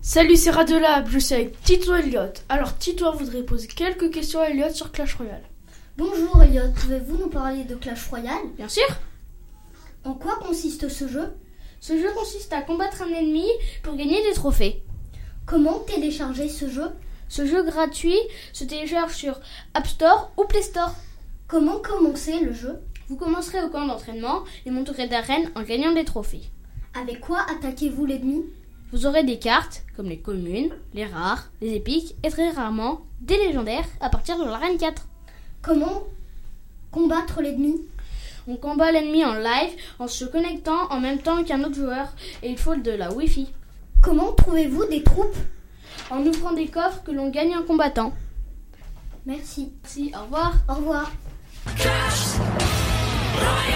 Salut, c'est Radolab, je suis avec Tito Elliott. Alors, Tito voudrait poser quelques questions à Elliott sur Clash Royale. Bonjour Elliot, pouvez-vous nous parler de Clash Royale Bien sûr En quoi consiste ce jeu Ce jeu consiste à combattre un ennemi pour gagner des trophées. Comment télécharger ce jeu Ce jeu gratuit se télécharge sur App Store ou Play Store. Comment commencer le jeu Vous commencerez au camp d'entraînement et monterez d'arène en gagnant des trophées. Avec quoi attaquez-vous l'ennemi Vous aurez des cartes comme les communes, les rares, les épiques et très rarement des légendaires à partir de l'arène 4. Comment combattre l'ennemi On combat l'ennemi en live en se connectant en même temps qu'un autre joueur et il faut de la Wi-Fi. Comment trouvez-vous des troupes En ouvrant des coffres que l'on gagne un combattant. Merci. Si, au revoir. Au revoir. Clash Royale.